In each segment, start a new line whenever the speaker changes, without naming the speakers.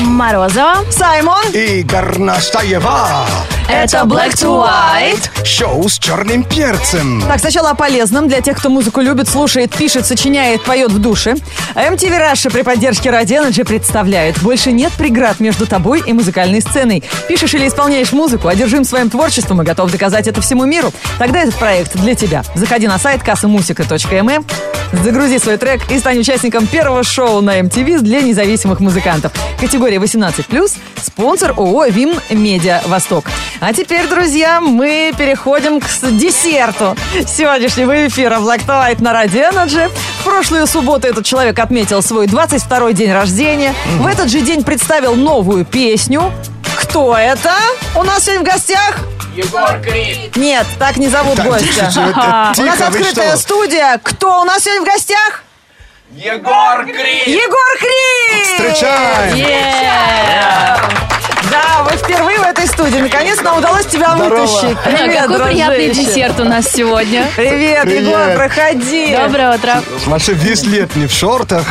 Морозова.
Саймон.
И Горнастаева.
Это Black to White.
Шоу с черным перцем.
Так, сначала о полезном для тех, кто музыку любит, слушает, пишет, сочиняет, поет в душе. MTV Раша при поддержке Radio Energy представляет. Больше нет преград между тобой и музыкальной сценой. Пишешь или исполняешь музыку, одержим своим творчеством и готов доказать это всему миру. Тогда этот проект для тебя. Заходи на сайт kassamusika.me, загрузи свой трек и стань участником первого шоу на MTV для независимых музыкантов. Категория 18+, спонсор ООО «Вим Медиа Восток». А теперь, друзья, мы переходим к с- десерту сегодняшнего эфира Black to White на Radio Energy. В прошлую субботу этот человек отметил свой 22-й день рождения. В этот же день представил новую песню. Кто это? У нас сегодня в гостях... Егор Крид. Нет, так не зовут
Да,
гостя.
тише, это-
у нас
тихо, вы
открытая
что?
студия. Кто у нас сегодня в гостях? Егор Крид! Егор Крид!
Встречаем.
Да, вы впервые в этой студии. Наконец нам удалось тебя
Здорово.
вытащить.
Да,
Привет,
какой приятный
дружище.
десерт у нас сегодня.
Привет,
Привет.
Егор, проходи.
Доброе утро.
Вообще весь лет не в шортах.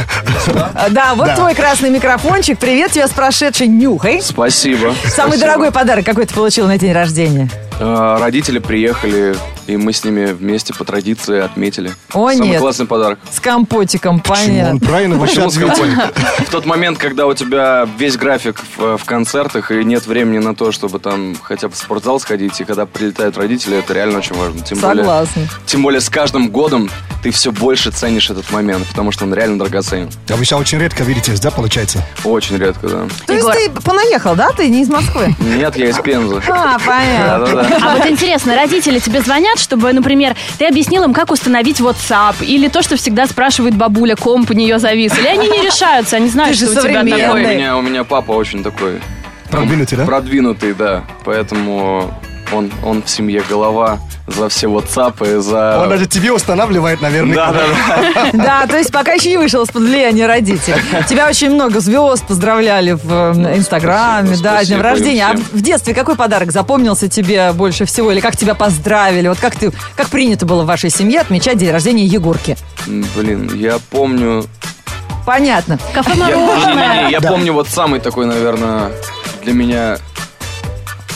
Да, вот
Да.
твой красный микрофончик. Привет тебя с прошедшей нюхой.
Спасибо.
Самый дорогой подарок, какой ты получил на день рождения.
Э, Родители приехали, и мы с ними вместе по традиции отметили.
О,
Самый
нет.
классный подарок.
С компотиком,
Почему он
понятно.
правильно вообще
Почему с
ответил?
компотиком? В тот момент, когда у тебя весь график в, в концертах, и нет времени на то, чтобы там хотя бы в спортзал сходить, и когда прилетают родители, это реально очень важно. Тем
Согласна.
Более, тем более с каждым годом ты все больше ценишь этот момент, потому что он реально драгоценен.
А вы сейчас очень редко видитесь, да, получается?
Очень редко, да.
То есть
Егор.
ты понаехал, да? Ты не из Москвы?
Нет, я из Пензы.
А, понятно.
Да-да-да.
А вот интересно, родители тебе звонят, чтобы, например, ты объяснил им, как установить WhatsApp, или то, что всегда спрашивает бабуля, комп у нее завис, или они не решаются, они знают,
Ты же
что у тебя
современный.
Я- У
такое.
меня, у меня папа очень такой
Продвинутый, да?
Продвинутый, да. Поэтому он, он в семье голова за все WhatsApp и за...
Он даже тебе устанавливает, наверное.
Да, да, да.
Да, то есть пока еще не вышел из-под влияния родителей. Тебя очень много звезд поздравляли в э, Инстаграме,
Ну, спасибо,
да, с днем
спасибо
рождения. А
им всем.
в детстве какой подарок запомнился тебе больше всего? Или как тебя поздравили? Вот как ты, как принято было в вашей семье отмечать день рождения Егорки?
М, Блин, я помню...
Понятно.
Кафе
Я,
мороженое.
не-не-не, я
Да.
помню вот самый такой, наверное, для меня...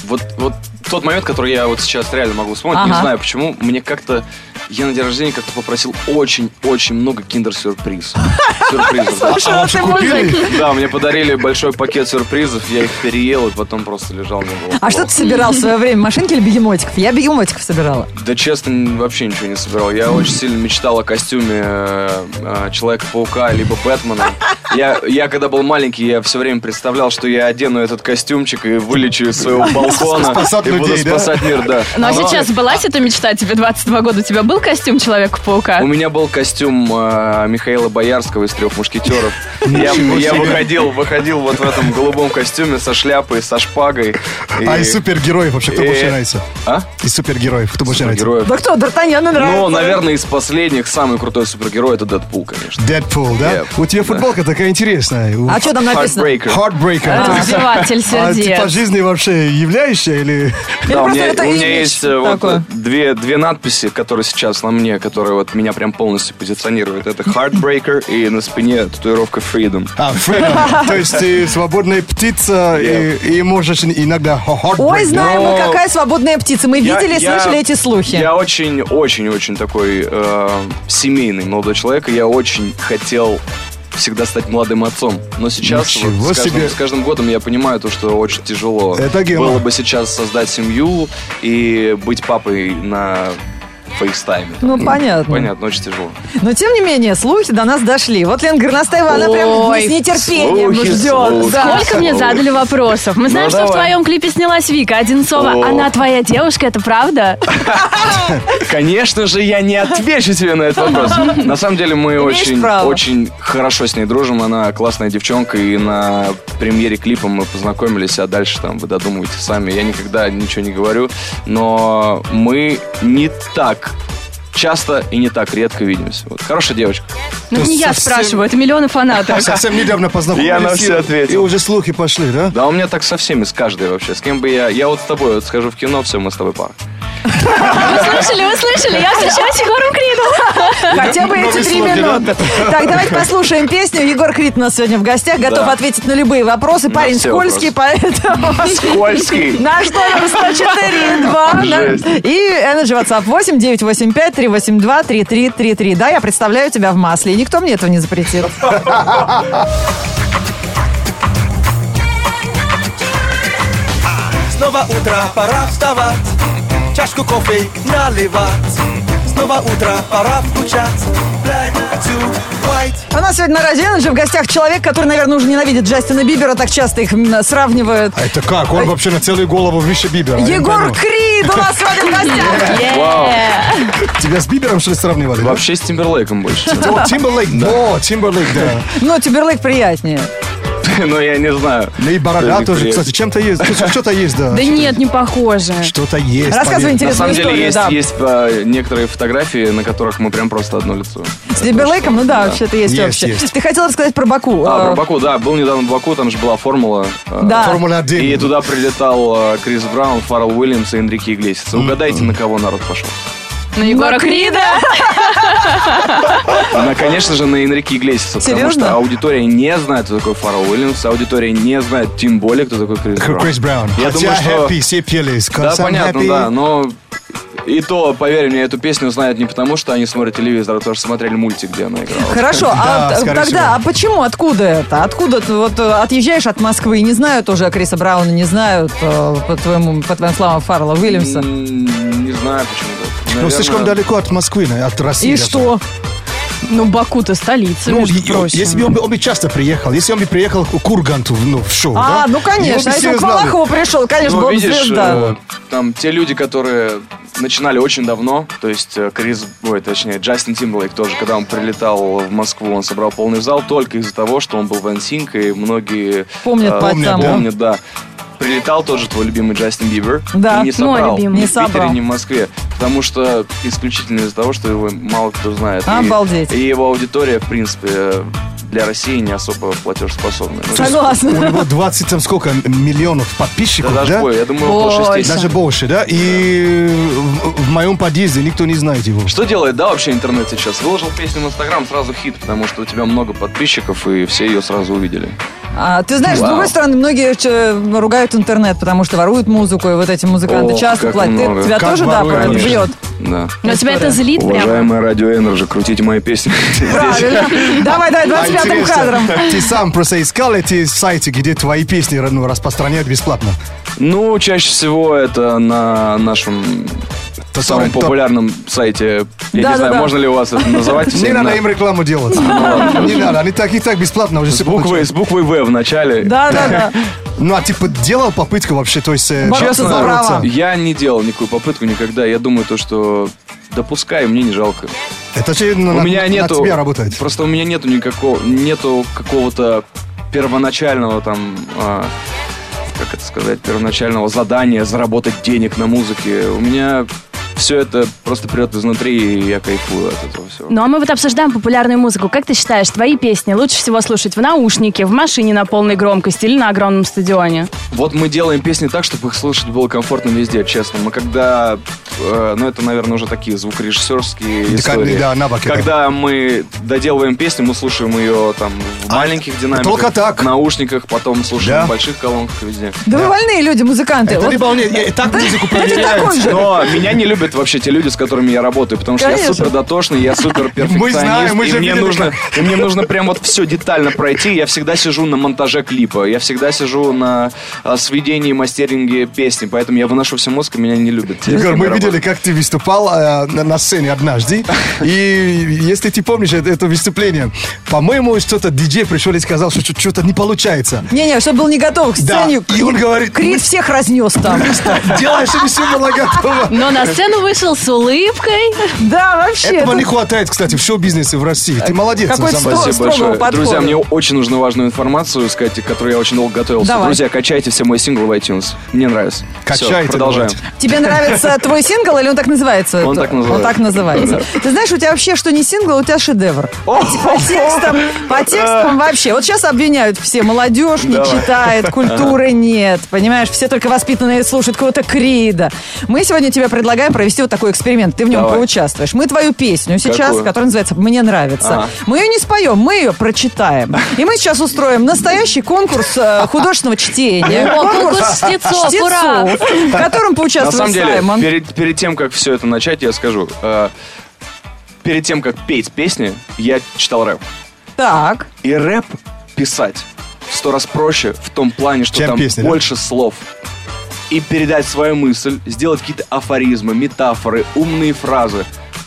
Вот, вот тот момент, который я вот сейчас реально могу вспомнить, не
Ага.
знаю почему, мне как-то... Я на день рождения как-то попросил очень-очень много киндер-сюрприз. Сюрпризов. да.
А вообще купили?
Да, мне подарили большой пакет сюрпризов, я их переел и потом просто лежал на голову.
А что ты собирал в свое время? Машинки или бегемотиков? Я бегемотиков собирала.
Да честно, н- вообще ничего не собирал. Я очень сильно мечтал о костюме э, э, Человека-паука, либо Бэтмена. Я, я когда был маленький, я все время представлял, что я одену этот костюмчик и вылечу из своего балкона.
Спасать
и буду
людей, да?
спасать мир, да.
Ну а
А
сейчас была эта мечта, тебе 22 года, у тебя был костюм Человека-паука?
У меня был костюм э, Михаила Боярского из трех мушкетеров. Я, я выходил, выходил вот в этом голубом костюме со шляпой, со шпагой. И-
А из супергероев вообще кто
И-
больше нравится?
А?
Из супергероев кто больше нравится?
Супергероев.
Да кто, Д'Артаньяну нравится?
Ну, наверное, из последних самый крутой супергерой это Дэдпул, конечно.
Дэдпул, да?
Yep.
У тебя футболка такая интересная. У-
А что там написано?
Heartbreaker.
Heartbreaker. То есть-
Раздеватель
А ты по
сердец.
жизни вообще являешься или...
Да, у
просто
меня,
это
у меня
имидж
есть э, вот
такой.
две, две надписи, которые сейчас на мне, которые вот меня прям полностью позиционируют. Это Heartbreaker и на спине татуировка Freedom.
А, freedom. То есть ты свободная птица и, и можешь иногда heartbreaker.
Ой, знаем мы,
Но-
какая свободная птица. Мы
Я-
видели,
я-
слышали эти слухи.
Я очень-очень-очень такой э, семейный молодой человек, и я очень хотел всегда стать молодым отцом. Но сейчас, вот
Ничего
с, каждым,
себе.
с каждым годом я понимаю то, что очень тяжело
Это Гена.
было бы сейчас создать семью и быть папой на фейстайме.
Ну, понятно.
Понятно, очень тяжело.
Но, тем не менее, слухи до нас дошли. Вот Лен Горностаева, она прям
Ой,
с нетерпением
слухи,
ждет.
слухи.
Да.
Сколько мне задали вопросов? Мы знаем,
Ну,
что в
давай.
твоем клипе снялась Вика Одинцова.
О.
Она твоя девушка, это правда?
Конечно же, я не отвечу тебе на этот вопрос. На самом деле, мы
имеешь
очень,
право.
очень хорошо с ней дружим. Она классная девчонка, и на премьере клипа мы познакомились, а дальше там вы додумываете сами. Я никогда ничего не говорю, но мы не так часто и не так редко видимся. Вот, хорошая девочка.
Ну, это не я
совсем-
спрашиваю, это миллионы фанатов.
Совсем недавно познакомились.
Я на
и-
все ответил.
И уже слухи пошли, да?
Да, у меня так со всеми, с каждой вообще. С кем бы я... Я вот с тобой вот схожу в кино, все, мы с тобой пара.
Вы слышали, вы слышали, я встречаюсь с Егором Кридом.
Хотя бы эти
Новый
три
слоган, да?
минуты. Так, давайте послушаем песню. Егор Крид у нас сегодня в гостях, готов
Да.
ответить на любые вопросы. Парень
все
скользкий, поэтому...
Скользкий.
Наш номер 104 2
Жесть.
и Energy WhatsApp 8 985 382 3333. Да, я представляю тебя в масле, и никто мне этого не запретит.
Снова утро, пора вставать Чашку кофе наливать Снова утро, пора включать Black to white
У нас сегодня на радио Energy в гостях человек, который, наверное, уже ненавидит Джастина Бибера, так часто их м, сравнивают.
А это как? Он вообще на целую голову выше Бибера. Я не
Егор
пойму.
Крид у нас сегодня в гостях.
Вау.
Тебя с Бибером, что ли, сравнивали? да?
Вообще с Тимберлейком больше.
О, Тимберлейк, да. О, Тимберлейк, да.
Ну, Тиберлейк приятнее.
Но я не знаю.
Ну и борода тоже, кстати, чем-то есть. Что- Что-то есть, да.
Да нет, не похоже.
Что-то есть.
Рассказывай
поверь.
На
интересную
самом
историю.
деле есть,
да.
есть э, некоторые фотографии, на которых мы прям просто одно лицо.
С Тиберлейком, ну да, вообще-то есть,
Есть,
общее.
есть.
Ты хотела рассказать про Баку. Э,
А, про Баку, да, был недавно в Баку, там же была формула. э,
Да.
Формула-1.
И туда прилетал э, Крис Браун, Фаррелл Уильямс и Энрике Иглесис. Угадайте, на кого народ пошел?
На Егора Крида.
На, конечно же, на Энрике Иглесиса, потому
Серьезно?
что аудитория не знает, кто такой Фаррелл Уильямс, аудитория не знает, тем более, кто такой Крис Браун.
Крис Браун.
Я
Хотя
думаю, что...
Happy все пели.
Да,
Because I'm
понятно,
happy. Ну,
да, но... И то, поверь мне, эту песню знают не потому, что они смотрят телевизор, а потому что смотрели мультик, где она играла.
Хорошо, а
Да,
т-
скорее
тогда,
всего.
а почему, откуда это? Откуда ты вот э, отъезжаешь от Москвы и не знают уже Криса Брауна, не знают э, по твоему, по твоим словам Фаррелла Уильямса?
М, Не знаю почему-то.
Ну, слишком
Наверное,
далеко от Москвы, на- от России.
И
даже.
что?
Ну, Баку-то столица,
Ну,
между
е-
прочим.
если бы он, он бы часто приехал, если он бы приехал к Курганту в- ну, в шоу,
А,
да?
ну
Его
конечно,
бы
а если
все
бы к
знали.
Малахову пришел, конечно,
Ну,
был бы
видишь,
звезда.
э, там те люди, которые начинали очень давно, то есть э, Крис, ой, точнее, Джастин Тимберлейк тоже, когда он прилетал в Москву, он собрал полный зал только из-за того, что он был в NSYNC, и многие...
Помнят по
помнят,
отцам, да?
помнят, да. Прилетал тоже твой любимый Джастин Бибер.
Да.
и не
Мой
собрал.
любимый.
Не
Ни в Питере,
собрал.
ни в Москве. Потому что исключительно из-за того, что его мало кто знает. И-
Обалдеть.
И, его аудитория, в принципе, э, для России не особо платежеспособная. Ну,
Согласна.
У него 20 там сколько миллионов подписчиков,
да, даже,
да?
бой, я думаю, около
Ой.
60.
Даже больше, да? И в, в моем подъезде никто не знает его.
Что делает, да, вообще интернет сейчас? Выложил песню в Инстаграм, сразу хит, потому что у тебя много подписчиков, и все ее сразу увидели.
А, ты знаешь, с
Вау.
другой стороны, многие э, ругают интернет, потому что воруют музыку, и вот эти музыканты
О,
часто
как
платят. Ты-
много.
Тебя
Как
тоже, да,
воруют, конечно.
бьет?
Да.
Но Ну, а тебя это злит прям.
Уважаемая радио Энерджи, крутите мои песни.
Правильно. Давай, давай,
А
25-м
интересно,
кадром.
Ты сам просто искал эти сайты, где твои песни ну, распространяют бесплатно.
Ну, чаще всего это на нашем
То
самом
самое, то-
популярном сайте. Я не
Да-да-да.
знаю, можно ли у вас это называть. все
Не надо
имена?
им рекламу делать. Не надо, они так и так бесплатно уже
Ну, С
все
буквой, с буквой В в начале.
Да, да, да.
Ну, а типа делал попытку вообще, то есть... э,
Бороться
бороться?
за права.
Я не делал никакую попытку никогда. Я думаю, то, что допускай, мне не жалко.
Это же ну,
У
на,
меня
на
нету...
тебя работает.
Просто у меня нету никакого... Нету какого-то первоначального там... а, как это сказать? Первоначального задания заработать денег на музыке. У меня все это просто прет изнутри, и я кайфую от этого всего.
Ну а мы вот обсуждаем популярную музыку. Как ты считаешь, твои песни лучше всего слушать в наушнике, в машине на полной громкости или на огромном стадионе?
Вот мы делаем песни так, чтобы их слушать было комфортно везде, честно. Мы когда... э, ну, это, наверное, уже такие звукорежиссерские
Да,
истории.
да, на баке, да.
Когда мы доделываем песню, мы слушаем ее там в маленьких динамиках.
А только так.
В наушниках, потом слушаем
Да.
в больших колонках везде.
Да вы больные люди, музыканты.
Это
Вот
либо он не- э, так музыку
такой
определяет.
же.
Но меня не любят вообще те люди, с которыми я работаю, потому что
Конечно.
я супер дотошный, я супер
Мы
перфекционист,
знаем, мы
и
же
мне
видели,
нужно, и мне нужно прям вот все детально пройти. Я всегда сижу на монтаже клипа, я всегда сижу на а, сведении, мастеринге песни, поэтому я выношу всю мозг, и меня не любят. те, с
Егор,
кем
мы
я
видели,
работаю.
как ты выступал э, на, на сцене однажды. И если ты помнишь это, это выступление, по-моему, что-то диджей пришел и сказал, что что-то не получается.
Не-не, чтобы был не готов к
Да.
сцене.
И он говорит,
Крит всех разнес там.
делай, чтобы все было
Ну,
готово.
Но на сцену вышел с улыбкой.
Да, вообще.
Этого
это-
не хватает, кстати, в шоу-бизнесе в России. Ты молодец. на
Какой
самом
стол-
деле.
Спасибо
строгого
большое.
подхода.
Друзья, мне очень нужно важную информацию сказать, к которой я очень долго готовился.
Давай.
Друзья, качайте все мои синглы в iTunes. Мне нравится. Все,
Качайте,
продолжаем.
давайте.
Тебе нравится твой сингл или он так называется?
Он так называется.
Он так называется. Ты знаешь, у тебя вообще что не сингл, а у тебя шедевр. По те- по текстам, по текстам вообще. Вот сейчас обвиняют все. Молодежь не читает, культуры нет. Понимаешь, все только воспитанные слушают какого-то крида. Мы сегодня тебе предлагаем провести вот такой эксперимент. Ты в нем
Давай.
поучаствуешь. Мы твою песню сейчас,
Какую?
которая называется «Мне нравится»,
Ага.
мы ее не споем, мы ее прочитаем. И мы сейчас устроим настоящий конкурс э, художественного чтения.
О, конкурс чтецов, ура!
Чтецов, в котором
На самом
поучаствует
деле,
Саймон.
перед, перед тем, как все это начать, я скажу. э, перед тем, как петь песни, я читал рэп.
Так.
И рэп писать в сто раз проще в том плане, что
Чем
там
песни, да?
больше слов. И передать свою мысль, сделать какие-то афоризмы, метафоры, умные фразы.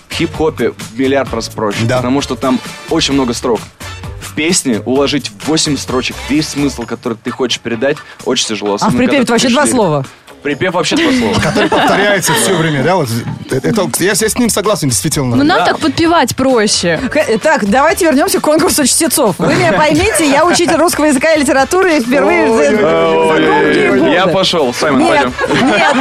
В хип-хопе в миллиард раз проще,
Да.
потому что там очень много строк. В песне уложить 8 строчек, весь смысл, который ты хочешь передать, очень тяжело.
А в
особенно,
припеве
когда ты
вообще два
пишешь лирик.
слова.
Припев вообще два слова.
Который повторяется все время, да? Вот, это, я, я с ним согласен, действительно.
Ну, нам так подпевать проще.
Х- э, Так, давайте вернемся к конкурсу чтецов. Вы меня поймите, я учитель русского языка и литературы и впервые... за- за долгие годы.
Э, Я пошел, Саймон,
Нет,
пойдем.
нет.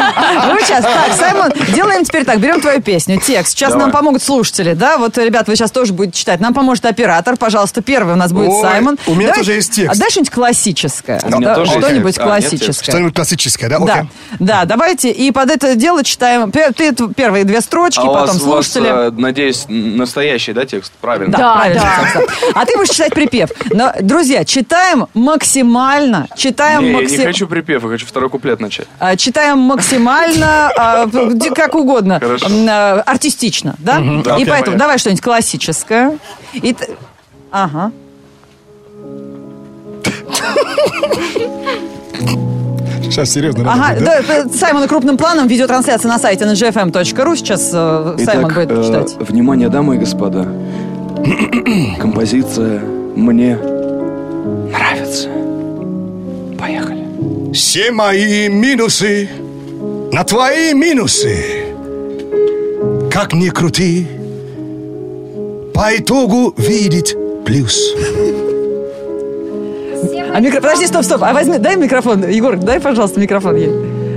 Ну, сейчас, так, Саймон, делаем теперь так, берем твою песню, текст. Сейчас
Давай.
нам помогут слушатели, да? Вот, ребят, вы сейчас тоже будете читать. Нам поможет оператор, пожалуйста, первый у нас будет
Ой,
Саймон.
у меня
Давай-
тоже есть текст.
А дальше что-нибудь классическое.
У меня
Да,
тоже есть
Что-нибудь
текст. А, нет
классическое.
Что-нибудь классическое, да?
Да,
Окей.
да, давайте, и под это дело читаем, пе- ты т- первые две строчки,
А у
потом
вас, у вас,
слушатели.
э, надеюсь, н- настоящий, да, текст? Правильно?
Да,
правильно,
да.
Сам, Сам. А ты будешь читать припев. Но, друзья, читаем максимально, читаем
Не, я не
максимально.
хочу припев, я хочу второй куплет начать.
А, Читаем максимально, а, где- как угодно,
Хорошо.
м, а, артистично, да?
Да,
И
окей,
поэтому
понятно.
давай что-нибудь классическое. И т- Ага.
Сейчас, серьезно. надо
Ага,
будет, да?
да, это Саймона крупным планом видеотрансляция на сайте ngfm.ru. Сейчас э, Саймон будет
э,
читать.
внимание, дамы и господа. Композиция «Мне нравится». Поехали.
Все мои минусы на твои минусы. Как ни крути, по итогу видеть плюс.
А микро- Подожди, стоп, стоп. А возьми, дай микрофон. Егор, дай, пожалуйста, микрофон ей.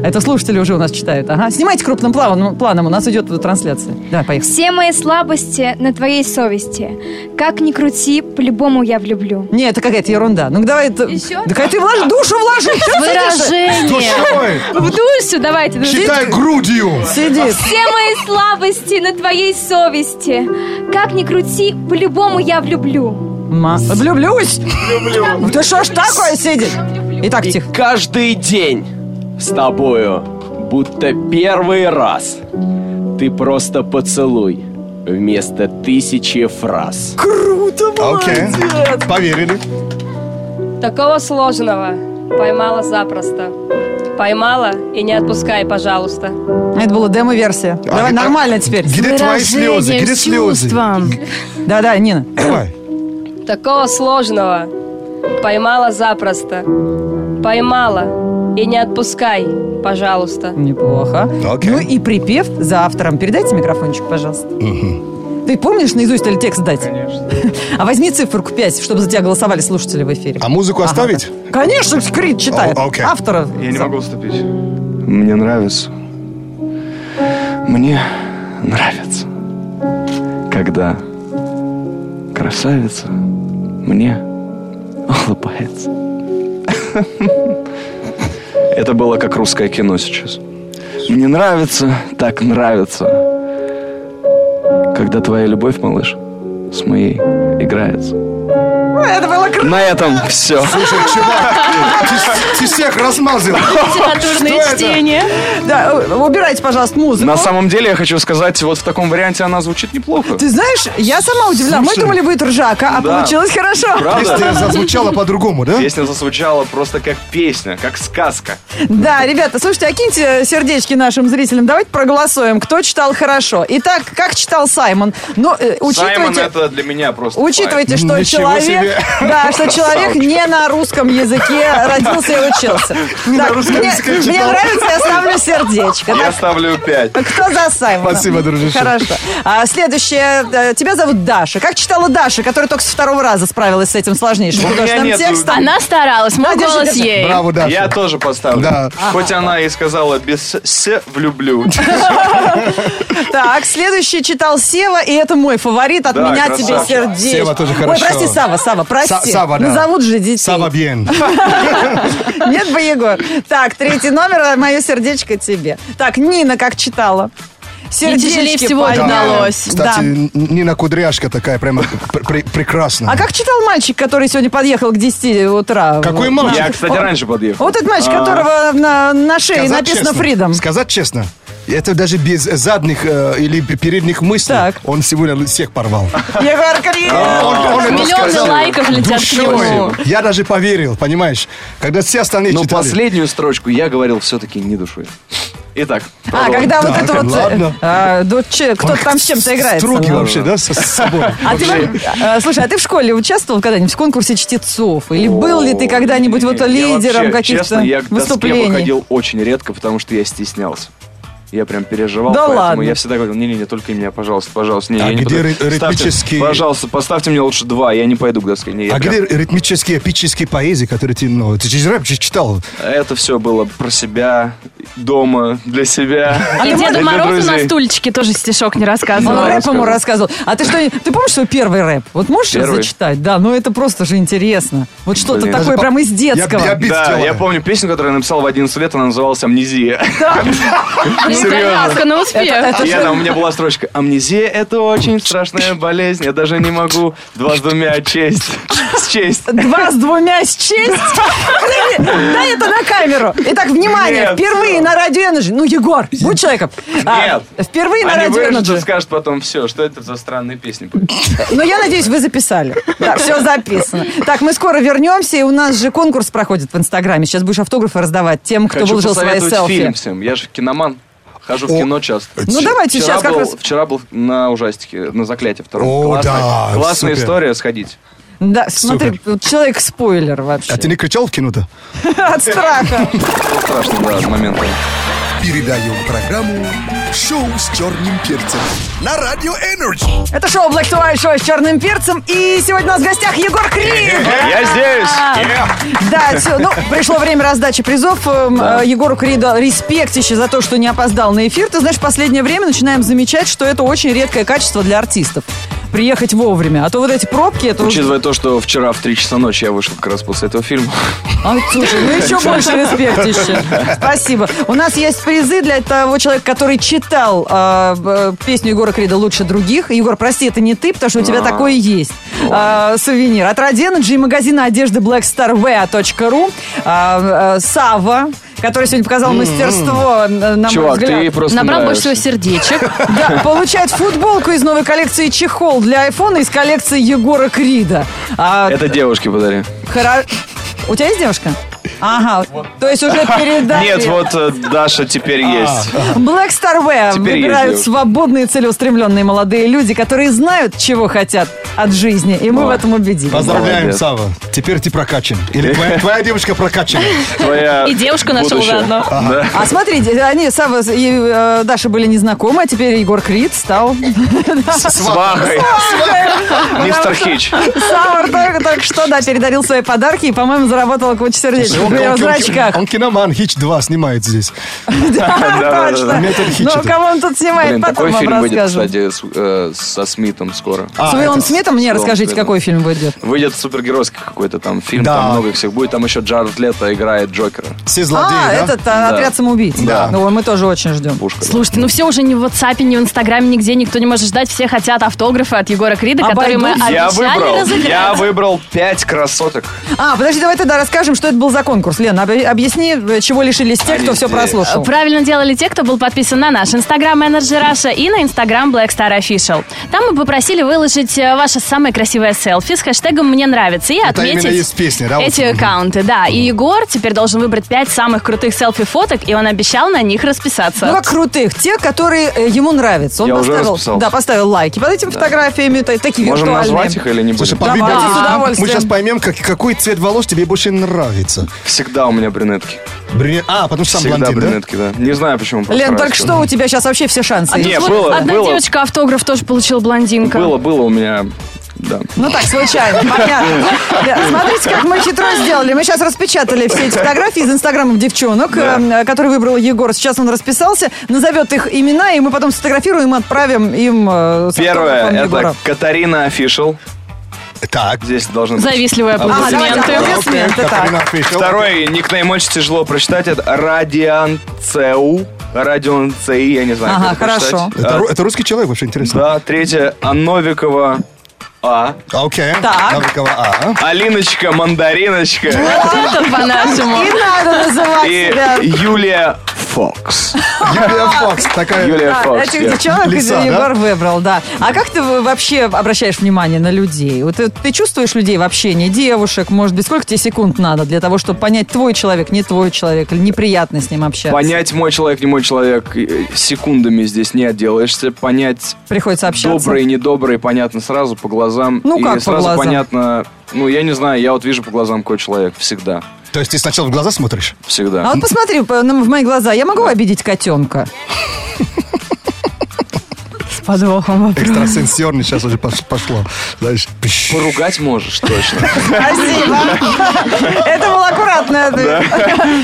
Это слушатели уже у нас читают. Ага. Снимайте крупным планом, планом. У нас идет э, трансляция. Давай, поехали.
Все мои слабости на твоей совести. Как ни крути, по-любому я влюблю.
Не, это какая-то ерунда. Ну давай это.
Еще?
Да ты вложи, душу вложи.
Выражение.
Ой,
В душу давайте. ну,
Читай грудью.
Сидит.
Все мои слабости на твоей совести. Как ни крути, по-любому я влюблю.
Ма- Влюблюсь. Влюблю. Ты что ж такое сидит? Итак,
И
тихо.
каждый день с тобою, будто первый раз. Ты просто поцелуй вместо тысячи фраз.
Окей. Поверили.
Такого сложного поймала запросто. Поймала и не отпускай, пожалуйста.
Это была демо-версия. Давай,
а-
нормально теперь.
Где твои слезы? Где
Выражением,
слезы?
чувством.
Да-да, Нина.
Давай.
Такого сложного поймала запросто. Поймала и не отпускай, пожалуйста.
Неплохо.
Окей.
Ну и припев за автором. Передайте микрофончик, пожалуйста. Ты помнишь наизусть или текст дать? Конечно. А возьми циферку 5, чтобы за тебя голосовали слушатели в эфире.
А музыку
Ага,
оставить?
да. Конечно, Крид читает.
О, окей.
Автора.
Я не могу уступить. Мне нравится. Мне нравится. Когда красавица мне улыбается. Это было как русское кино сейчас. Мне нравится, так нравится. Когда твоя любовь, малыш, с моей играется.
Ну, Это было круто.
На этом все.
Слушай, чувак, ты- ты всех размазал.
Литературные чтения.
Да, э, убирайте, пожалуйста, музыку.
На самом деле, я хочу сказать, вот в таком варианте она звучит неплохо.
Ты знаешь, я сама удивлена. Мы
Слушай.
думали, будет ржака, а
Да.
получилось хорошо.
Правда?
Песня зазвучала по-другому, да?
Песня зазвучала просто как песня, как сказка.
Да, ребята, слушайте, а киньте сердечки нашим зрителям. Давайте проголосуем, кто читал хорошо. Итак, как читал Саймон? Ну, э,
Саймон
учитывайте...
это для меня просто.
Учитывайте, что
Ничего Ничего себе.
человек, да, что человек не на русском языке родился и учился.
Не
Так,
на русском
мне,
языке
мне
читал.
нравится, я ставлю сердечко.
Я
Так,
ставлю 5.
кто за Саймона?
Спасибо, дружище.
Хорошо. А, следующее. э, Тебя зовут Даша. Как читала Даша, которая только с второго раза справилась с этим сложнейшим
У меня
художественным
нету-
текстом?
Она старалась, мой
Да, держи,
голос
держи.
ей.
Браво, Даша.
Я тоже поставлю.
Да.
Хоть она и сказала без «с» «влюблю».
Так, следующий читал Сева, и это мой фаворит. От
Да,
меня тебе
красавчик.
сердечко.
Сева тоже хорошо.
Ой, прости, Сава, Сава, прости.
Са- Сава, да.
Ну, зовут же детей.
Сава Бьен.
Нет бы Егор. Так, третий номер, а мое сердечко тебе. Так, Нина как читала.
Ей
Сердечки
тяжелее всего
подарок.
удалось.
Кстати,
Да.
Н- Нина Кудряшка такая прямо пр- пр- прекрасная.
А как читал мальчик, который сегодня подъехал к 10 утра?
Какой А.
Вот.
мальчик?
Я, кстати, раньше подъехал.
Вот этот мальчик, которого на, на шее
Сказать
написано
честно-
Freedom.
Сказать честно, это даже без задних э, или передних мыслей.
Так.
Он сегодня всех порвал.
Егор Крид.
А,
это
Миллионы
сказал
лайков летят к нему.
душой. Я даже поверил, понимаешь? Когда все остальные
Но
читали.
последнюю строчку я говорил все-таки не душой. Итак,
А,
продолжим.
когда вот
Так,
это вот... э,
ладно.
а, да че- Кто-то там с чем-то играет.
Струги вообще, да, со- с собой.
А ты, во- э, слушай, а ты в школе участвовал когда-нибудь в конкурсе чтецов? Или был ли ты когда-нибудь вот
Я
лидером
вообще,
каких-то
честно, я к доске
выступлений?
выходил очень редко, потому что я стеснялся. Я прям переживал,
Да
поэтому
ладно.
я всегда говорил, не-не-не, только меня, пожалуйста, пожалуйста. Не,
А
я не
где
пойду.
ры-
Ставьте,
ритмические-
пожалуйста, поставьте мне лучше два, я не пойду к доске. Не, я
А
прям-
где ритмические, эпические поэзии, которые ты, ну, ты же рэп же читал?
Это все было про себя, дома, для себя.
И
для
Деду Морозу на
друзей.
стульчике тоже стишок не
Он
рассказывал.
Ну,
рэп ему
рассказывал.
рассказывал. А ты что, ты помнишь свой первый рэп? Вот можешь
Первый?
зачитать? Да, ну это просто же интересно. Вот что-то
Блин. Даже
такое
по-
прям из детского.
Я, я бит
Да,
сделаю.
я помню песню, которую я написал в 11 лет, она называлась «Амнезия».
Блин,
серьезно.
заявка на успех.
А Я там, у меня была строчка «Амнезия – это очень страшная болезнь, я даже не могу два с двумя честь, счесть».
Два с двумя с честь. Подожди, Дай это на камеру. Итак, внимание,
Нет.
впервые на радио Energy. Ну, Егор, будь человеком. А,
Нет.
Впервые на
Они
радио
вырежут и
Energy.
скажут потом все, что это за странные песни. были».
Но я надеюсь, вы записали. Да, все записано. Так, мы скоро вернемся, и у нас же конкурс проходит в Инстаграме. Сейчас будешь автографы раздавать тем, кто
Хочу
выложил свои
посоветовать
селфи.
фильм всем. Я же киноман. Хожу в
О.
кино часто.
Ну, давайте
Вчера
сейчас как
был-
раз...
Вчера был на ужастике, на заклятие втором.
О,
Классная-
да,
Классная
супер.
история, сходить.
Да, смотри,
Супер.
вот человек спойлер вообще.
А ты не кричал в кино-то?
От страха.
Страшно, да, момент.
Передаем программу «Шоу с черным перцем» на Радио Энерджи.
Это шоу Black to White, шоу с черным перцем. И сегодня у нас в гостях Егор Крид.
Я
А,
здесь!
Да, всё, ну, пришло время раздачи призов. Эм, э, Егору Криду респектище за то, что не опоздал на эфир. Ты знаешь, в последнее время начинаем замечать, что это очень редкое качество для артистов. Приехать вовремя. А то вот эти пробки, это... уже-
Учитывая то, что вчера в 3 часа ночи я вышел как раз после этого фильма.
А, слушай, ну еще больше респектище. Спасибо. У нас есть призы для того человека, который читал э, э, песню Егора Крида лучше других. Егор, прости, это не ты, потому что у
А.
тебя такое есть. Э, сувенир. От Роденеджи и магазина одежды blackstarwea.ru. Э, э, Сава, который сегодня показал мастерство, э, на мой
М-м-м. Чувак,
взгляд.
ты просто
Набрал больше
нравишься.
всего сердечек.
Да, получает футболку из новой коллекции чехол для айфона из коллекции Егора Крида. А,
Это девушке подари.
Хоро- У тебя есть девушка? Ага, то есть уже передали.
Нет, вот э, Даша теперь
А.
есть.
Black Star Wear
Теперь
выбирают
есть девушка.
свободные, целеустремленные молодые люди, которые знают, чего хотят от жизни, и мы в
Молодец.
этом убедились.
Поздравляем,
Ну, Молодец.
Сава. Теперь ты прокачан. Или твоя, твоя девушка прокачана.
Твоя
И девушка нашла
будущая.
заодно.
Да.
А смотрите, они, Сава и э, Даша были незнакомы, а теперь Егор Крид стал...
Свахой. Мистер Хич.
Сава только, только что, да, передарил свои подарки и, по-моему, заработал кучу сердечек.
Он-
Например,
он-
в зрачках.
он киноман, Хич 2 снимает здесь.
Да,
да,
точно.
да.
Метод
Ну,
Хитчета.
кого он тут снимает,
Блин,
потом
такой
вам
фильм выйдет,
расскажем.
кстати, с- э, со Смитом скоро.
А.
С Уиллом Смитом мне
Уиллом
расскажите,
Смитом.
какой фильм выйдет.
Выйдет супергеройский какой-то там фильм,
Да.
там много всех будет. Там еще Джаред Лето играет Джокера.
Все злодеи,
А,
да?
этот а, отряд самоубийц.
Да.
Ну, мы тоже очень ждем.
Пушка.
Слушайте, ну все уже ни в WhatsApp, ни в Инстаграме, нигде никто не может ждать. Все хотят автографы от Егора Крида,
А
которые мы
Обойдусь.
обещали
Я выбрал,
разыграть.
я выбрал пять красоток.
А, подожди, давай тогда расскажем, что это был за конкурс, Лена? Объ- Объясни, э, чего лишились те, кто все прослушал.
Э,
а,
Ну,
Правильно делали те, кто был подписан на наш инстаграм менеджер Раша и на инстаграм Black Star Official. Там мы попросили выложить э, ваше самое красивое селфи с хэштегом «Мне нравится» и
Это именно
отметить
из песни, да? вот?
эти аккаунты. Да, и Егор теперь должен выбрать пять самых крутых селфи-фоток, и он обещал на них расписаться.
Ну, как крутых, те, которые э, ему нравятся. Он
Я уже
поставил,
расписался.
да, поставил лайки под этими фотографиями, та- такие
Можем
виртуальные.
назвать их или не будем?
Давайте,
Подвигайтесь.
с удовольствием.
Мы сейчас поймем, как- какой цвет волос тебе больше нравится.
Всегда у меня брюнетки.
Брюне- А, потому что сам
Всегда
блондин, да?
брюнетки, да? Не знаю, почему.
Лен,
просто
только
раз,
что у тебя сейчас вообще все шансы.
А,
есть.
не,
Вот
было,
одна
было.
девочка автограф тоже получила блондинка.
Было, было у меня, да.
Ну так, случайно, понятно. Да, Смотрите, как мы хитро сделали. Мы сейчас распечатали все эти фотографии из инстаграмов девчонок, э, которые выбрал Егор. Сейчас он расписался, назовет их имена, и мы потом сфотографируем и отправим им э, с
Первое,
автографом
это
Егора.
Катарина Офишел.
Так.
Здесь должны быть.
Завистливые
А, давайте
аплодисменты.
аплодисменты, так.
Катрина Фишер.
Второй никнейм очень тяжело прочитать. Это Радианцеу. Радионцеи, я не знаю,
Ага,
как это прочитать.
хорошо.
А,
Это, ру- это русский человек, вообще интересно.
Да, третье, Анновикова А.
Окей.
Так.
Новикова, а.
Алиночка, Мандариночка.
Вот это по-нашему.
И надо называть
И
себя.
Юлия Фокс.
Юлия Фокс, такая...
Юлия
Да,
Фокс.
этих
я.
девчонок
Лиса, да?
Егор выбрал, да. А как ты вообще обращаешь внимание на людей? Вот э, ты чувствуешь людей в общении, девушек, может быть, сколько тебе секунд надо для того, чтобы понять, твой человек, не твой человек, или неприятно с ним общаться?
Понять, мой человек, не мой человек, э, секундами здесь не отделаешься. Понять,
Приходится общаться.
добрый, недобрый, понятно сразу по глазам.
Ну,
и
как по
сразу
глазам?
понятно, ну, я не знаю, я вот вижу по глазам, какой человек. Всегда.
То есть ты сначала в глаза смотришь?
Всегда.
А вот посмотри по- на- в мои глаза, я могу обидеть котенка? С подвохом.
Экстрасенсорный сейчас уже пош- пошло. Знаешь, пш.
Поругать можешь, точно.
Спасибо. Это был аккуратный ответ.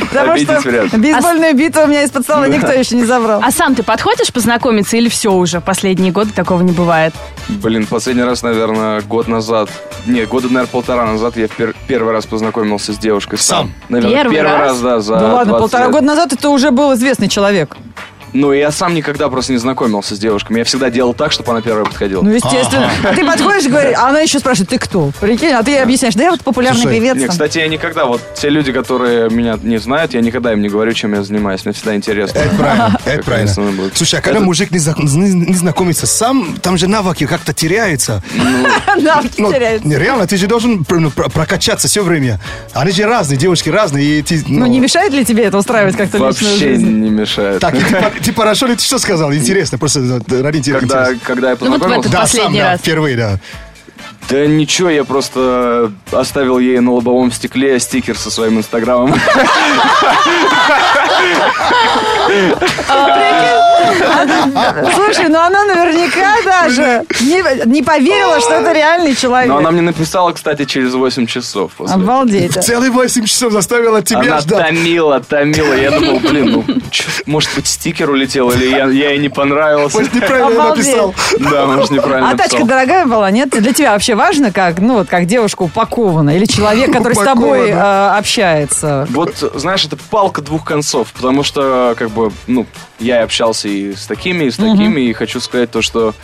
Потому
Обидеть вряд
что
ли.
бейсбольную биту у меня из-под стола никто еще не забрал.
А сам ты подходишь познакомиться или все уже? Последние годы такого не бывает.
Блин, последний раз, наверное, год назад. Не, года, наверное, полтора назад я пер- первый раз познакомился с девушкой сам.
Сам?
Наверное,
Первый раз?
да, за
Ну ладно,
20
полтора
лет.
года назад это уже был известный человек.
Ну, я сам никогда просто не знакомился с девушками. Я всегда делал так, чтобы она первая подходила.
Ну, естественно. А ты подходишь и говоришь, а она еще спрашивает, ты кто? Прикинь, а ты ей объясняешь, да я вот популярный
Слушай,
певец.
Не,
там».
кстати, я никогда, вот те люди, которые меня не знают, я никогда им не говорю, чем я занимаюсь. Мне всегда интересно.
Это правильно, это
Как
правильно.
интересно будет.
Слушай, а когда
Это-
мужик не, зак- не- не знакомится сам, там же навыки как-то теряются.
Навыки
Ну,
теряются.
не, реально, ты же должен пр- ну, пр- прокачаться все время. Они же разные, девушки разные. И ты,
Ну, не мешает ли тебе это устраивать как-то личную
Вообще
жизнь?
не мешает.
Так, и ты, по- ты хорошо ли ты что сказал? Интересно, просто э, ради интереса.
когда, когда я
Ну, вот в
познакомился...
этот
Да, сам,
последний
да,
раз.
впервые, да.
Да ничего, я просто оставил ей на лобовом стекле стикер со своим инстаграмом.
Слушай, ну она наверняка даже не, не поверила, что это реальный человек.
Но она мне написала, кстати, через 8 часов после.
Обалдеть.
Целые 8 часов заставила тебя
Она
ждать.
томила, томила. Я думал, блин, ну, чё, может быть, стикер улетел, или я, я ей не понравился.
Может, неправильно
Обалдеть.
написал.
Да, может, неправильно
А тачка
написал.
дорогая была, нет? Для тебя вообще важно, как, ну, вот, как девушка упакована? Или человек, который с тобой э, общается?
Вот, знаешь, это палка двух концов, потому что, как бы, ну, я и общался и с такими, и с такими, и хочу сказать то, что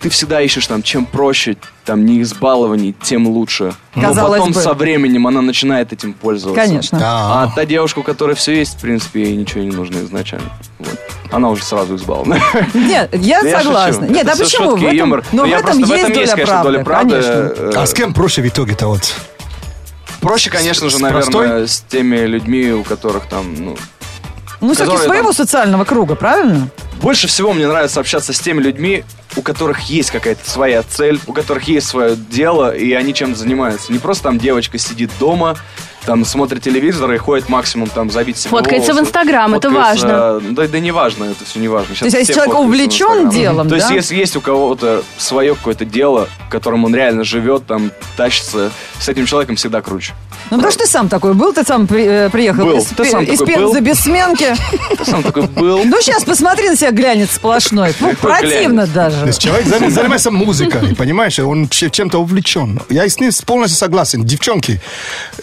ты всегда ищешь там, чем проще, там, не избалований, тем лучше. Но
Казалось
потом
бы.
со временем она начинает этим пользоваться.
Конечно.
А
Да.
та девушка, у которой все есть, в принципе, ей ничего не нужно изначально. Вот. Она уже сразу избалована.
Нет, я
Да я
согласна.
шучу.
Нет, да
Это всё
почему?
шутки
В
и
этом,
юмор. Ну,
но в
я
этом
просто-
есть доля
конечно,
правды.
доля правды.
Конечно.
Э,
А с кем проще в итоге-то вот?
Проще, конечно
с
же,
простой?
наверное, с теми людьми, у которых там, ну...
Ну, все-таки
которые
своего
там-
социального круга, правильно?
Больше всего мне нравится общаться с теми людьми, у которых есть какая-то своя цель, у которых есть свое дело, и они чем-то занимаются. Не просто там девочка сидит дома, там смотрит телевизор и ходит максимум там забить себе
Фоткается в
волосы.
Инстаграм, это
Фоткается, э,
важно.
Да, да не важно, это все не важно.
То есть, а если человек увлечен делом,
То есть,
да?
если есть у кого-то свое какое-то дело, которым он реально живет, там, тащится, с этим человеком всегда круче.
Ну, потому что ты сам такой был, ты сам при- э, приехал
Был.
из,
Ты сам
из
такой
Пен-
был.
за бессменки.
Я сам такой был.
Ну, сейчас посмотри на себя глянец сплошной. Ну,
Какой
противно
глянец?
даже.
есть человек зам- занимается музыкой, понимаешь, он че- чем-то увлечен. Я с ним полностью согласен. Девчонки,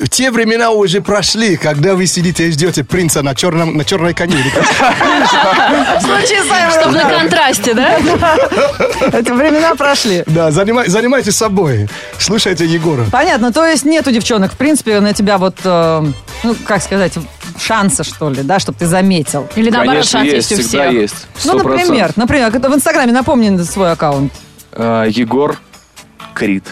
те времена уже прошли, когда вы сидите и ждете принца на, черном, на черной коне. или как?
В случае Саймона
Чтобы на
Фрэнка.
контрасте, да?
Это времена прошли.
Да, занимай- занимайтесь собой. Слушайте Егора.
Понятно, то есть нету девчонок, в принципе, на тебя вот, э, ну, как сказать, шанса, что ли, да, чтобы ты заметил.
Или наоборот,
Конечно,
шанс
есть,
есть у
всегда
всех.
есть.
Ну,
100%.
например, например, когда в Инстаграме напомни свой аккаунт.
Э, Егор Крид.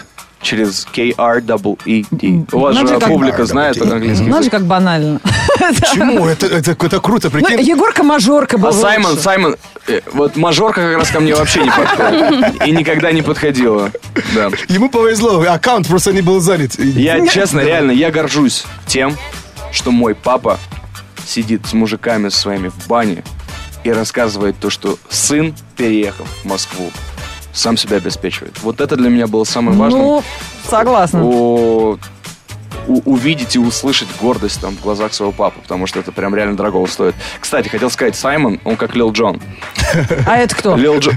Через K-R-E-E-D. E У вас
Надо
же
ну, как-
публика знает английский
Надо же,
язык.
как банально.
Почему? Это, это, это круто,
Ну,
прикинь.
Егорка Мажорка был.
А Саймон,
лучше.
Саймон, э, вот мажорка как раз ко мне вообще не подходит. И никогда не подходила. Да.
Ему повезло, аккаунт просто не был занят.
Я, честно, реально, я горжусь тем, что мой папа сидит с мужиками своими в бане и рассказывает то, что сын, переехал в Москву, сам себя обеспечивает. Вот это для меня было самое важное.
Ну, согласна.
О, у- увидеть и услышать гордость там в глазах своего папы, потому что это прям реально дорого стоит. Кстати, хотел сказать, Саймон, он как Лил Джон.
А это кто?
Лил Джон.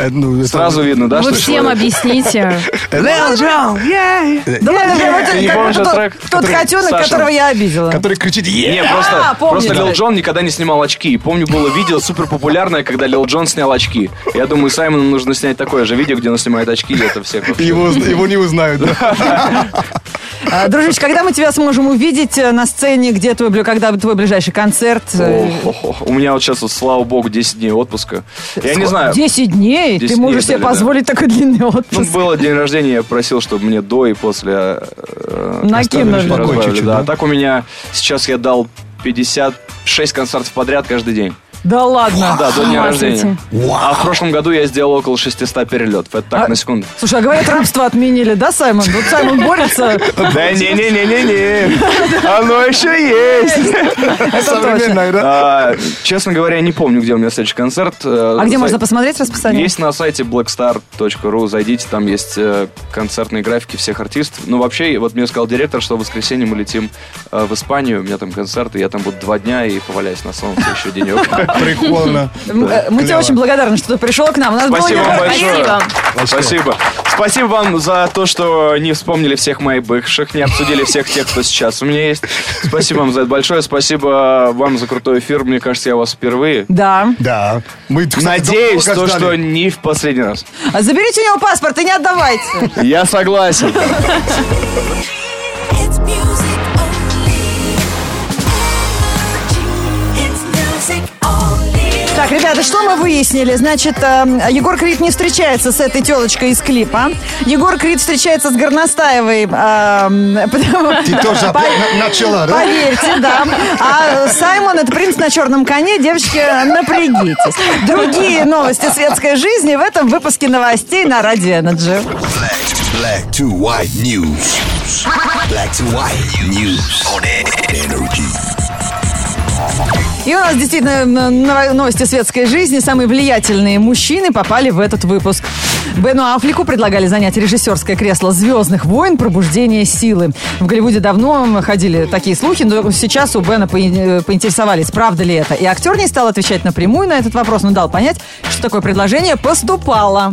Э, ну, это-
Сразу видно, да,
Вы
что
всем
человек-
объясните.
Лел Джон, yeah. Да ладно,
Yeah.
вот это
Не
как
помнишь
тот-
трек,
Тот
который-
котенок,
Саша.
которого я обидела.
Который кричит «Е!»
Не, просто,
помню.
просто Лил Джон никогда не снимал очки. И помню, было видео супер популярное, когда Лил Джон снял очки. Я думаю, Саймону нужно снять такое же видео, где он снимает очки, и это всех вообще.
Его, его не узнают. да.
А, Дружище, когда мы тебя сможем увидеть э, на сцене, где твой, бли- когда твой ближайший концерт? Э,
Ох-ох-ох. У меня вот сейчас, вот, слава богу, 10 дней отпуска. Я не
сколько?
знаю.
10 дней?
10
ты
дней
можешь себе
дали, да.
позволить такой длинный
Ну,
отпуск?
было день рождения, я просил, чтобы мне до и после... э,
Накинули.
оставили,
Покой
разбавили,
чуть-чуть,
да.
да?
А Так у меня сейчас я дал 56 концертов подряд каждый день.
да ладно.
Да, до дня
ума сойти.
рождения. А в прошлом году я сделал около 600 перелетов. Это так,
А-
на секунду.
Слушай, а говорят, рабство отменили, да, Саймон? Вот Саймон борется.
Да не-не-не-не-не. Оно еще есть.
Современная, да?
А, Честно говоря, не помню, где у меня следующий концерт. Э,
А где можно посмотреть расписание?
Есть на сайте blackstar.ru, зайдите, там есть э, концертные графики всех артистов. Ну, вообще, вот мне сказал директор, что в воскресенье мы летим э, в Испанию, у меня там концерт, и я там буду два дня и поваляюсь на солнце еще денек.
Прикольно.
М, э, Мы тебе
Клево.
очень благодарны, что ты пришел к нам. У нас было
Спасибо вам
немного-
большое.
Спасибо.
Спасибо. Спасибо вам за то, что не вспомнили всех моих бывших, не обсудили всех тех, кто сейчас у меня есть. Спасибо вам за это большое. Спасибо вам за крутой эфир. Мне кажется, я вас впервые.
Да.
Да. Мы, кстати,
Надеюсь,
долго
то,
ждали.
что не в последний раз.
А Заберите у него паспорт и не отдавайте.
Я согласен.
It's music only. Energy. It's music only.
Так, ребята, что мы выяснили? Значит, э, Егор Крид не встречается с этой телочкой из клипа. Егор Крид встречается с Горностаевой. эм, потому-
Ты тоже на- начала, да?
Поверьте, да. А Саймон это принц на черном коне. Девочки, напрягитесь. Другие новости светской жизни в этом выпуске новостей на Радио Энерджи.
Black to white news. Black to white news on energy.
И у нас действительно м, ново- новости светской жизни. Самые влиятельные мужчины попали в этот выпуск. Бену Аффлеку предлагали занять режиссерское кресло «Звездных войн. Пробуждение силы». В Голливуде давно ходили такие слухи, но сейчас у Бена поин- э, поинтересовались, правда ли это. И актер не стал отвечать напрямую на этот вопрос, но дал понять, что такое предложение поступало.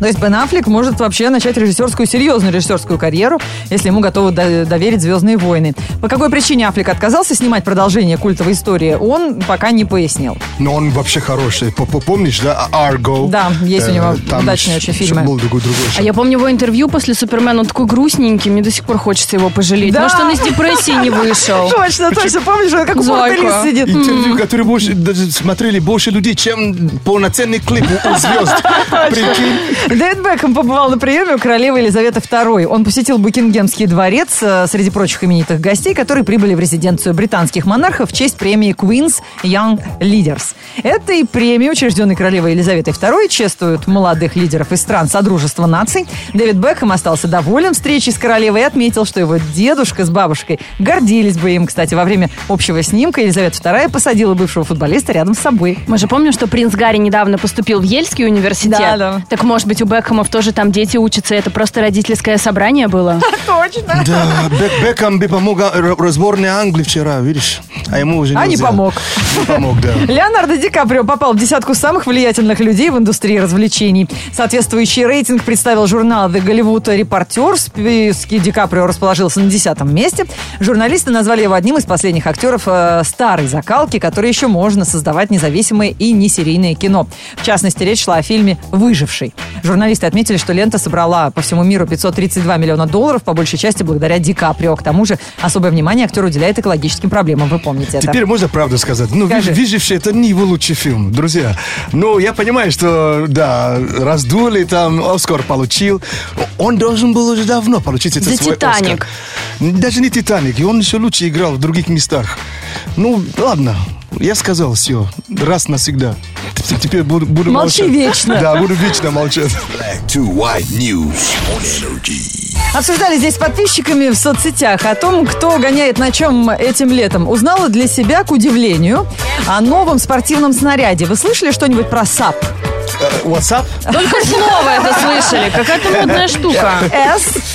То есть Бен Аффлек может вообще начать режиссерскую, серьезную режиссерскую карьеру, если ему готовы до- доверить «Звездные войны». По какой причине Аффлек отказался снимать продолжение культовой истории, он пока не пояснил.
Но он вообще хороший. П- п- Помнишь, да, А-, Арго? Э,
Да, есть у него удачные очень фильмы.
Был другой, другой
А
еще.
я помню его интервью после Супермена, он такой грустненький, мне до сих пор хочется его пожалеть.
Да.
Может, он из депрессии не вышел.
Точно, точно. Помнишь, он как у
Зайка.
Портелис сидит?
Интервью, которое больше, даже смотрели больше людей, чем полноценный клип у у звезд. Прикинь.
Дэвид Бекхэм побывал на приеме у королевы Елизаветы II. Он посетил Букингемский дворец э, среди прочих именитых гостей, которые прибыли в резиденцию британских монархов в честь премии Queen's Young Leaders. Этой премии, учрежденной королевой Елизаветой II, чествуют молодых лидеров лидеров из стран Содружества наций, Дэвид Бекхэм остался доволен встречей с королевой и отметил, что его дедушка с бабушкой гордились бы им. Кстати, во время общего снимка Елизавета II посадила бывшего футболиста рядом с собой.
Мы же помним, что принц Гарри недавно поступил в Ельский университет.
Да, да.
Так, может быть, у Бекхэмов тоже там дети учатся, это просто родительское собрание было?
Точно.
Да, Бек- Бекхэм бы помог а, р- разборной Англии вчера, видишь? А ему уже
А не
нельзя.
помог.
Не помог, да.
Леонардо Ди Каприо попал в десятку самых влиятельных людей в индустрии развлечений. Соответствующий рейтинг представил журнал The Голливуд Reporter. В списке Ди Каприо расположился на десятом месте. Журналисты назвали его одним из последних актеров э, старой закалки, который еще можно создавать независимое и несерийное кино. В частности, речь шла о фильме «Выживший». Журналисты отметили, что лента собрала по всему миру 532 миллиона долларов, по большей части благодаря Ди Каприо. К тому же особое внимание актер уделяет экологическим проблемам, вы помните это.
Теперь можно правду сказать. Ну,
Скажи.
«Виж- «Выживший» — это не его лучший фильм, друзья. Но я понимаю, что, да, раздули, там, Оскар получил. Он должен был уже давно получить этот
За
свой
«Титаник».
«Оскар». Даже не «Титаник», и он еще лучше играл в других местах. Ну, ладно, я сказал все, раз навсегда. Т- Теперь буду, буду
Молчи
молчать.
вечно.
Да, буду вечно молчать.
Black to white news on energy.
Обсуждали здесь с подписчиками в соцсетях о том, кто гоняет на чем этим летом. Узнала для себя, к удивлению, о новом спортивном снаряде. Вы слышали что-нибудь про САП?
Э, WhatsApp?
Только слово это слышали, какая-то модная штука.
С-А-П.
SAP.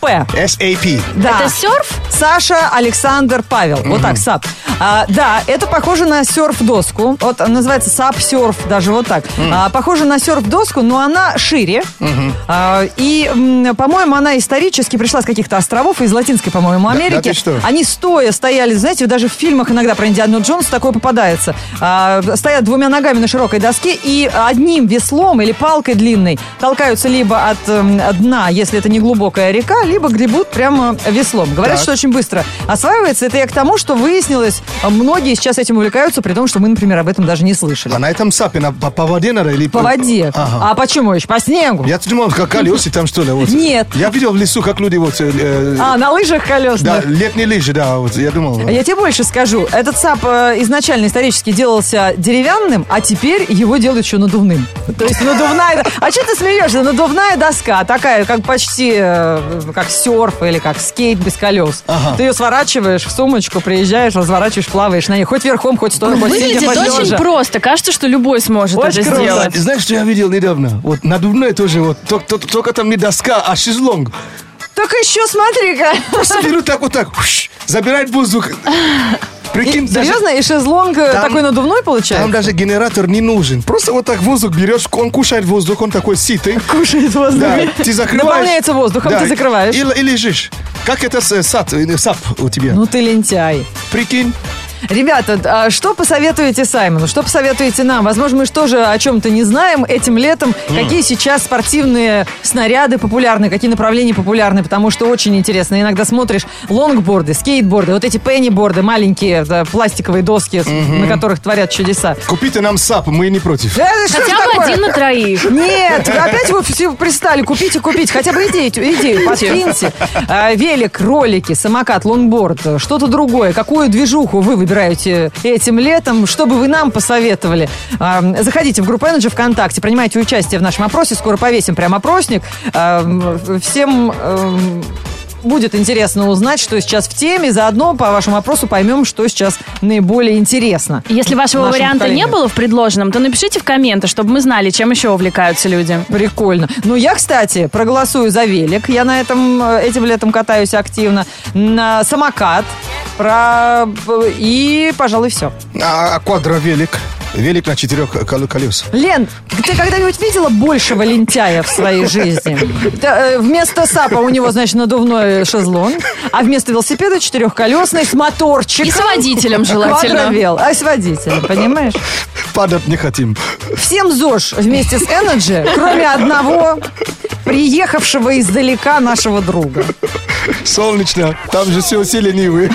А Да.
Это серф?
Саша Александр Павел. Вот так, САП. А, да, это похоже на серф-доску. Вот она называется САП-серф, даже вот так. А, похоже на серф-доску, но она шире. А, и, м, по-моему, она исторически пришла с каких-то островов, из Латинской, по-моему, Америки.
да ты что?
Они стоя стояли, знаете, даже в фильмах иногда про Индиану Джонс такое попадается. А, стоят двумя ногами на широкой доске и одним веслом или палкой длинной толкаются либо от эм, дна, если это не глубокая река, либо гребут прямо веслом. Говорят,
Так.
что очень быстро осваивается. Это я к тому, что выяснилось, многие сейчас этим увлекаются, при том, что мы, например, об этом даже не слышали.
А на этом САПе на, по, по воде надо или...
По воде.
Ага.
А почему еще? По снегу.
Я думал, как колеса там что ли. Вот.
Нет.
Я видел в лесу, как люди вот... э, э,
А, на лыжах
да,
колесных.
летние лыжи, да, вот я думал.
А Я тебе больше скажу. Этот сап э, изначально исторически делался деревянным, а теперь его делают еще надувным. То есть надувная... А что ты смеешься? Надувная доска, такая, как почти э, как серф или как скейт без колес.
Ага.
Ты ее сворачиваешь в сумочку, приезжаешь, разворачиваешь, плаваешь на ней. Хоть верхом, хоть стоя, хоть сидя,
Выглядит
хоть
очень
лежа.
просто. Кажется, что любой сможет
Очень
это
круто.
сделать.
Знаешь, что я видел недавно? Вот надувное тоже, вот, ток- ток- только, там не доска, а шезлонг.
Так еще смотри-ка.
Просто берут так вот так, уш, забирает воздух. Прикинь,
И-
даже-
Серьезно? И шезлонг э,
Там-
такой надувной
Там
получается?
даже генератор не нужен. Просто вот так воздух берешь, он кушает воздух, он такой ситый.
Кушает воздух.
Да, ты закрываешь.
Ну, Наполняется воздухом,
Да,
ты закрываешь.
И, и лежишь. Как это с- э, сад, э, сап у тебя?
Ну ты лентяй.
Прикинь.
Ребята, а что посоветуете Саймону? Что посоветуете нам? Возможно, мы же тоже о чем-то не знаем этим летом. Какие сейчас спортивные снаряды популярны, какие направления популярны? Потому что очень интересно. Иногда смотришь лонгборды, скейтборды, вот эти пенниборды, маленькие да, пластиковые доски, с- на которых творят чудеса.
Купите нам сап, мы не против.
Да, это что ж
Хотя бы
такое?
один на троих.
Нет, опять вы все пристали купить и купить. Хотя бы идею, идею подкиньте. А, Велик, ролики, самокат, лонгборд, э, что-то другое. Какую движуху вы выбираете этим летом? Что бы вы нам посоветовали? А, м, Заходите в группу Energy ВКонтакте, принимайте участие в нашем опросе. Скоро повесим прям опросник. А, м, Всем эм, будет интересно узнать, что сейчас в теме. Заодно по вашему опросу поймем, что сейчас наиболее интересно.
Если вашего
Нашим
варианта
поколениям.
не было в предложенном, то напишите в комменты, чтобы мы знали, чем еще увлекаются люди.
Прикольно. Ну, я, кстати, проголосую за велик. Я на этом, э, этим летом катаюсь активно. На самокат. Про... э, И, пожалуй, все.
А, а квадровелик? Велик на четырех кол- колес.
Лен, ты когда-нибудь видела большего лентяя в своей жизни? Да, э, Вместо САПа у него, значит, надувной шезлон, а вместо велосипеда четырехколесный с моторчиком.
И с водителем желательно.
Квадровел. А с водителем, понимаешь?
Падать не хотим.
Всем ЗОЖ вместе с Энерджи, кроме одного приехавшего издалека нашего друга.
Солнечно. Там же все все ленивые.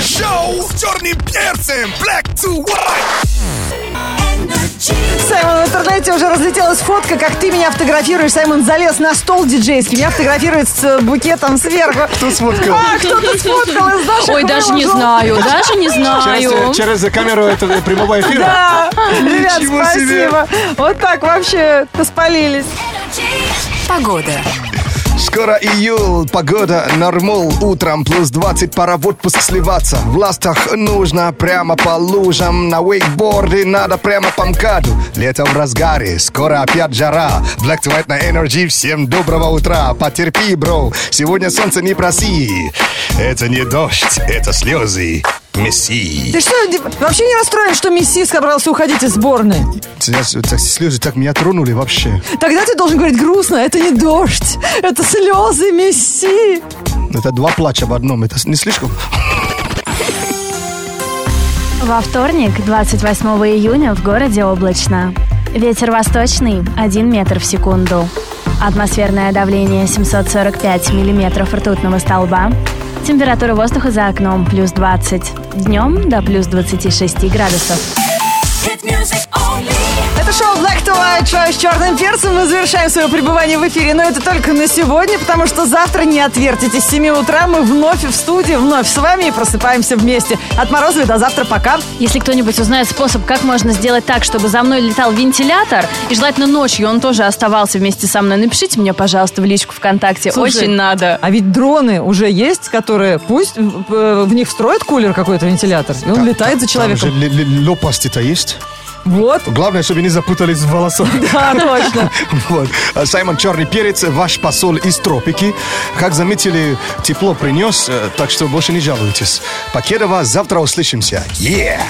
Шоу с черным перцем. Black to white.
energy.
Саймон, в интернете уже разлетелась фотка, как ты меня фотографируешь. Саймон залез на стол диджейский, меня фотографирует с э, букетом сверху. Кто
сфоткал?
А, кто-то сфоткал из наших
Ой, даже не
выложил.
знаю, даже не
Через, э,
знаю.
через камеру этого прямого эфира?
Да, ребят,
Ничего себе.
спасибо. Вот так вообще спалились.
Погода.
Скоро июль, погода нормал, утром плюс 20, пора в отпуск сливаться. В ластах нужно прямо по лужам, на вейкборде надо прямо по МКАДу. Лето в разгаре, скоро опять жара. Black to White на Energy, всем доброго утра. Потерпи, бро, сегодня солнце не проси. Это не дождь, это слезы. Мессии.
Ты что, не- вообще не расстроен, что Месси собрался уходить из сборной?
Сейчас вот так слезы так меня тронули вообще.
Тогда ты должен говорить грустно, это не дождь, это слезы Месси.
Это два плача в одном, это не слишком?
Во вторник, 28 июня, в городе облачно. Ветер восточный 1 метр в секунду. Атмосферное давление 745 миллиметров ртутного столба. Температура воздуха за окном плюс 20. Днем до плюс 26 градусов.
Hit music only.
Это шоу Black to White, шоу с черным перцем. Мы завершаем свое пребывание в эфире, но это только на сегодня, потому что завтра не отвертитесь. С 7 утра мы вновь в студии, вновь с вами и просыпаемся вместе. От Морозовой до завтра, пока.
Если кто-нибудь узнает способ, как можно сделать так, чтобы за мной летал вентилятор, и желательно ночью он тоже оставался вместе со мной, напишите мне, пожалуйста, в личку ВКонтакте.
Слушай,
Очень надо.
А ведь дроны уже есть, которые пусть э, в них встроят кулер какой-то, вентилятор, и он летает за человеком.
Там же л- л- лопасти-то есть?
Вот.
Главное, чтобы не запутались в волосах.
Да, точно.
Вот. А Саймон Черный Перец, ваш посол из тропики. Как заметили, тепло принес, э, так что больше не жалуйтесь. Покедова, завтра услышимся. Yeah!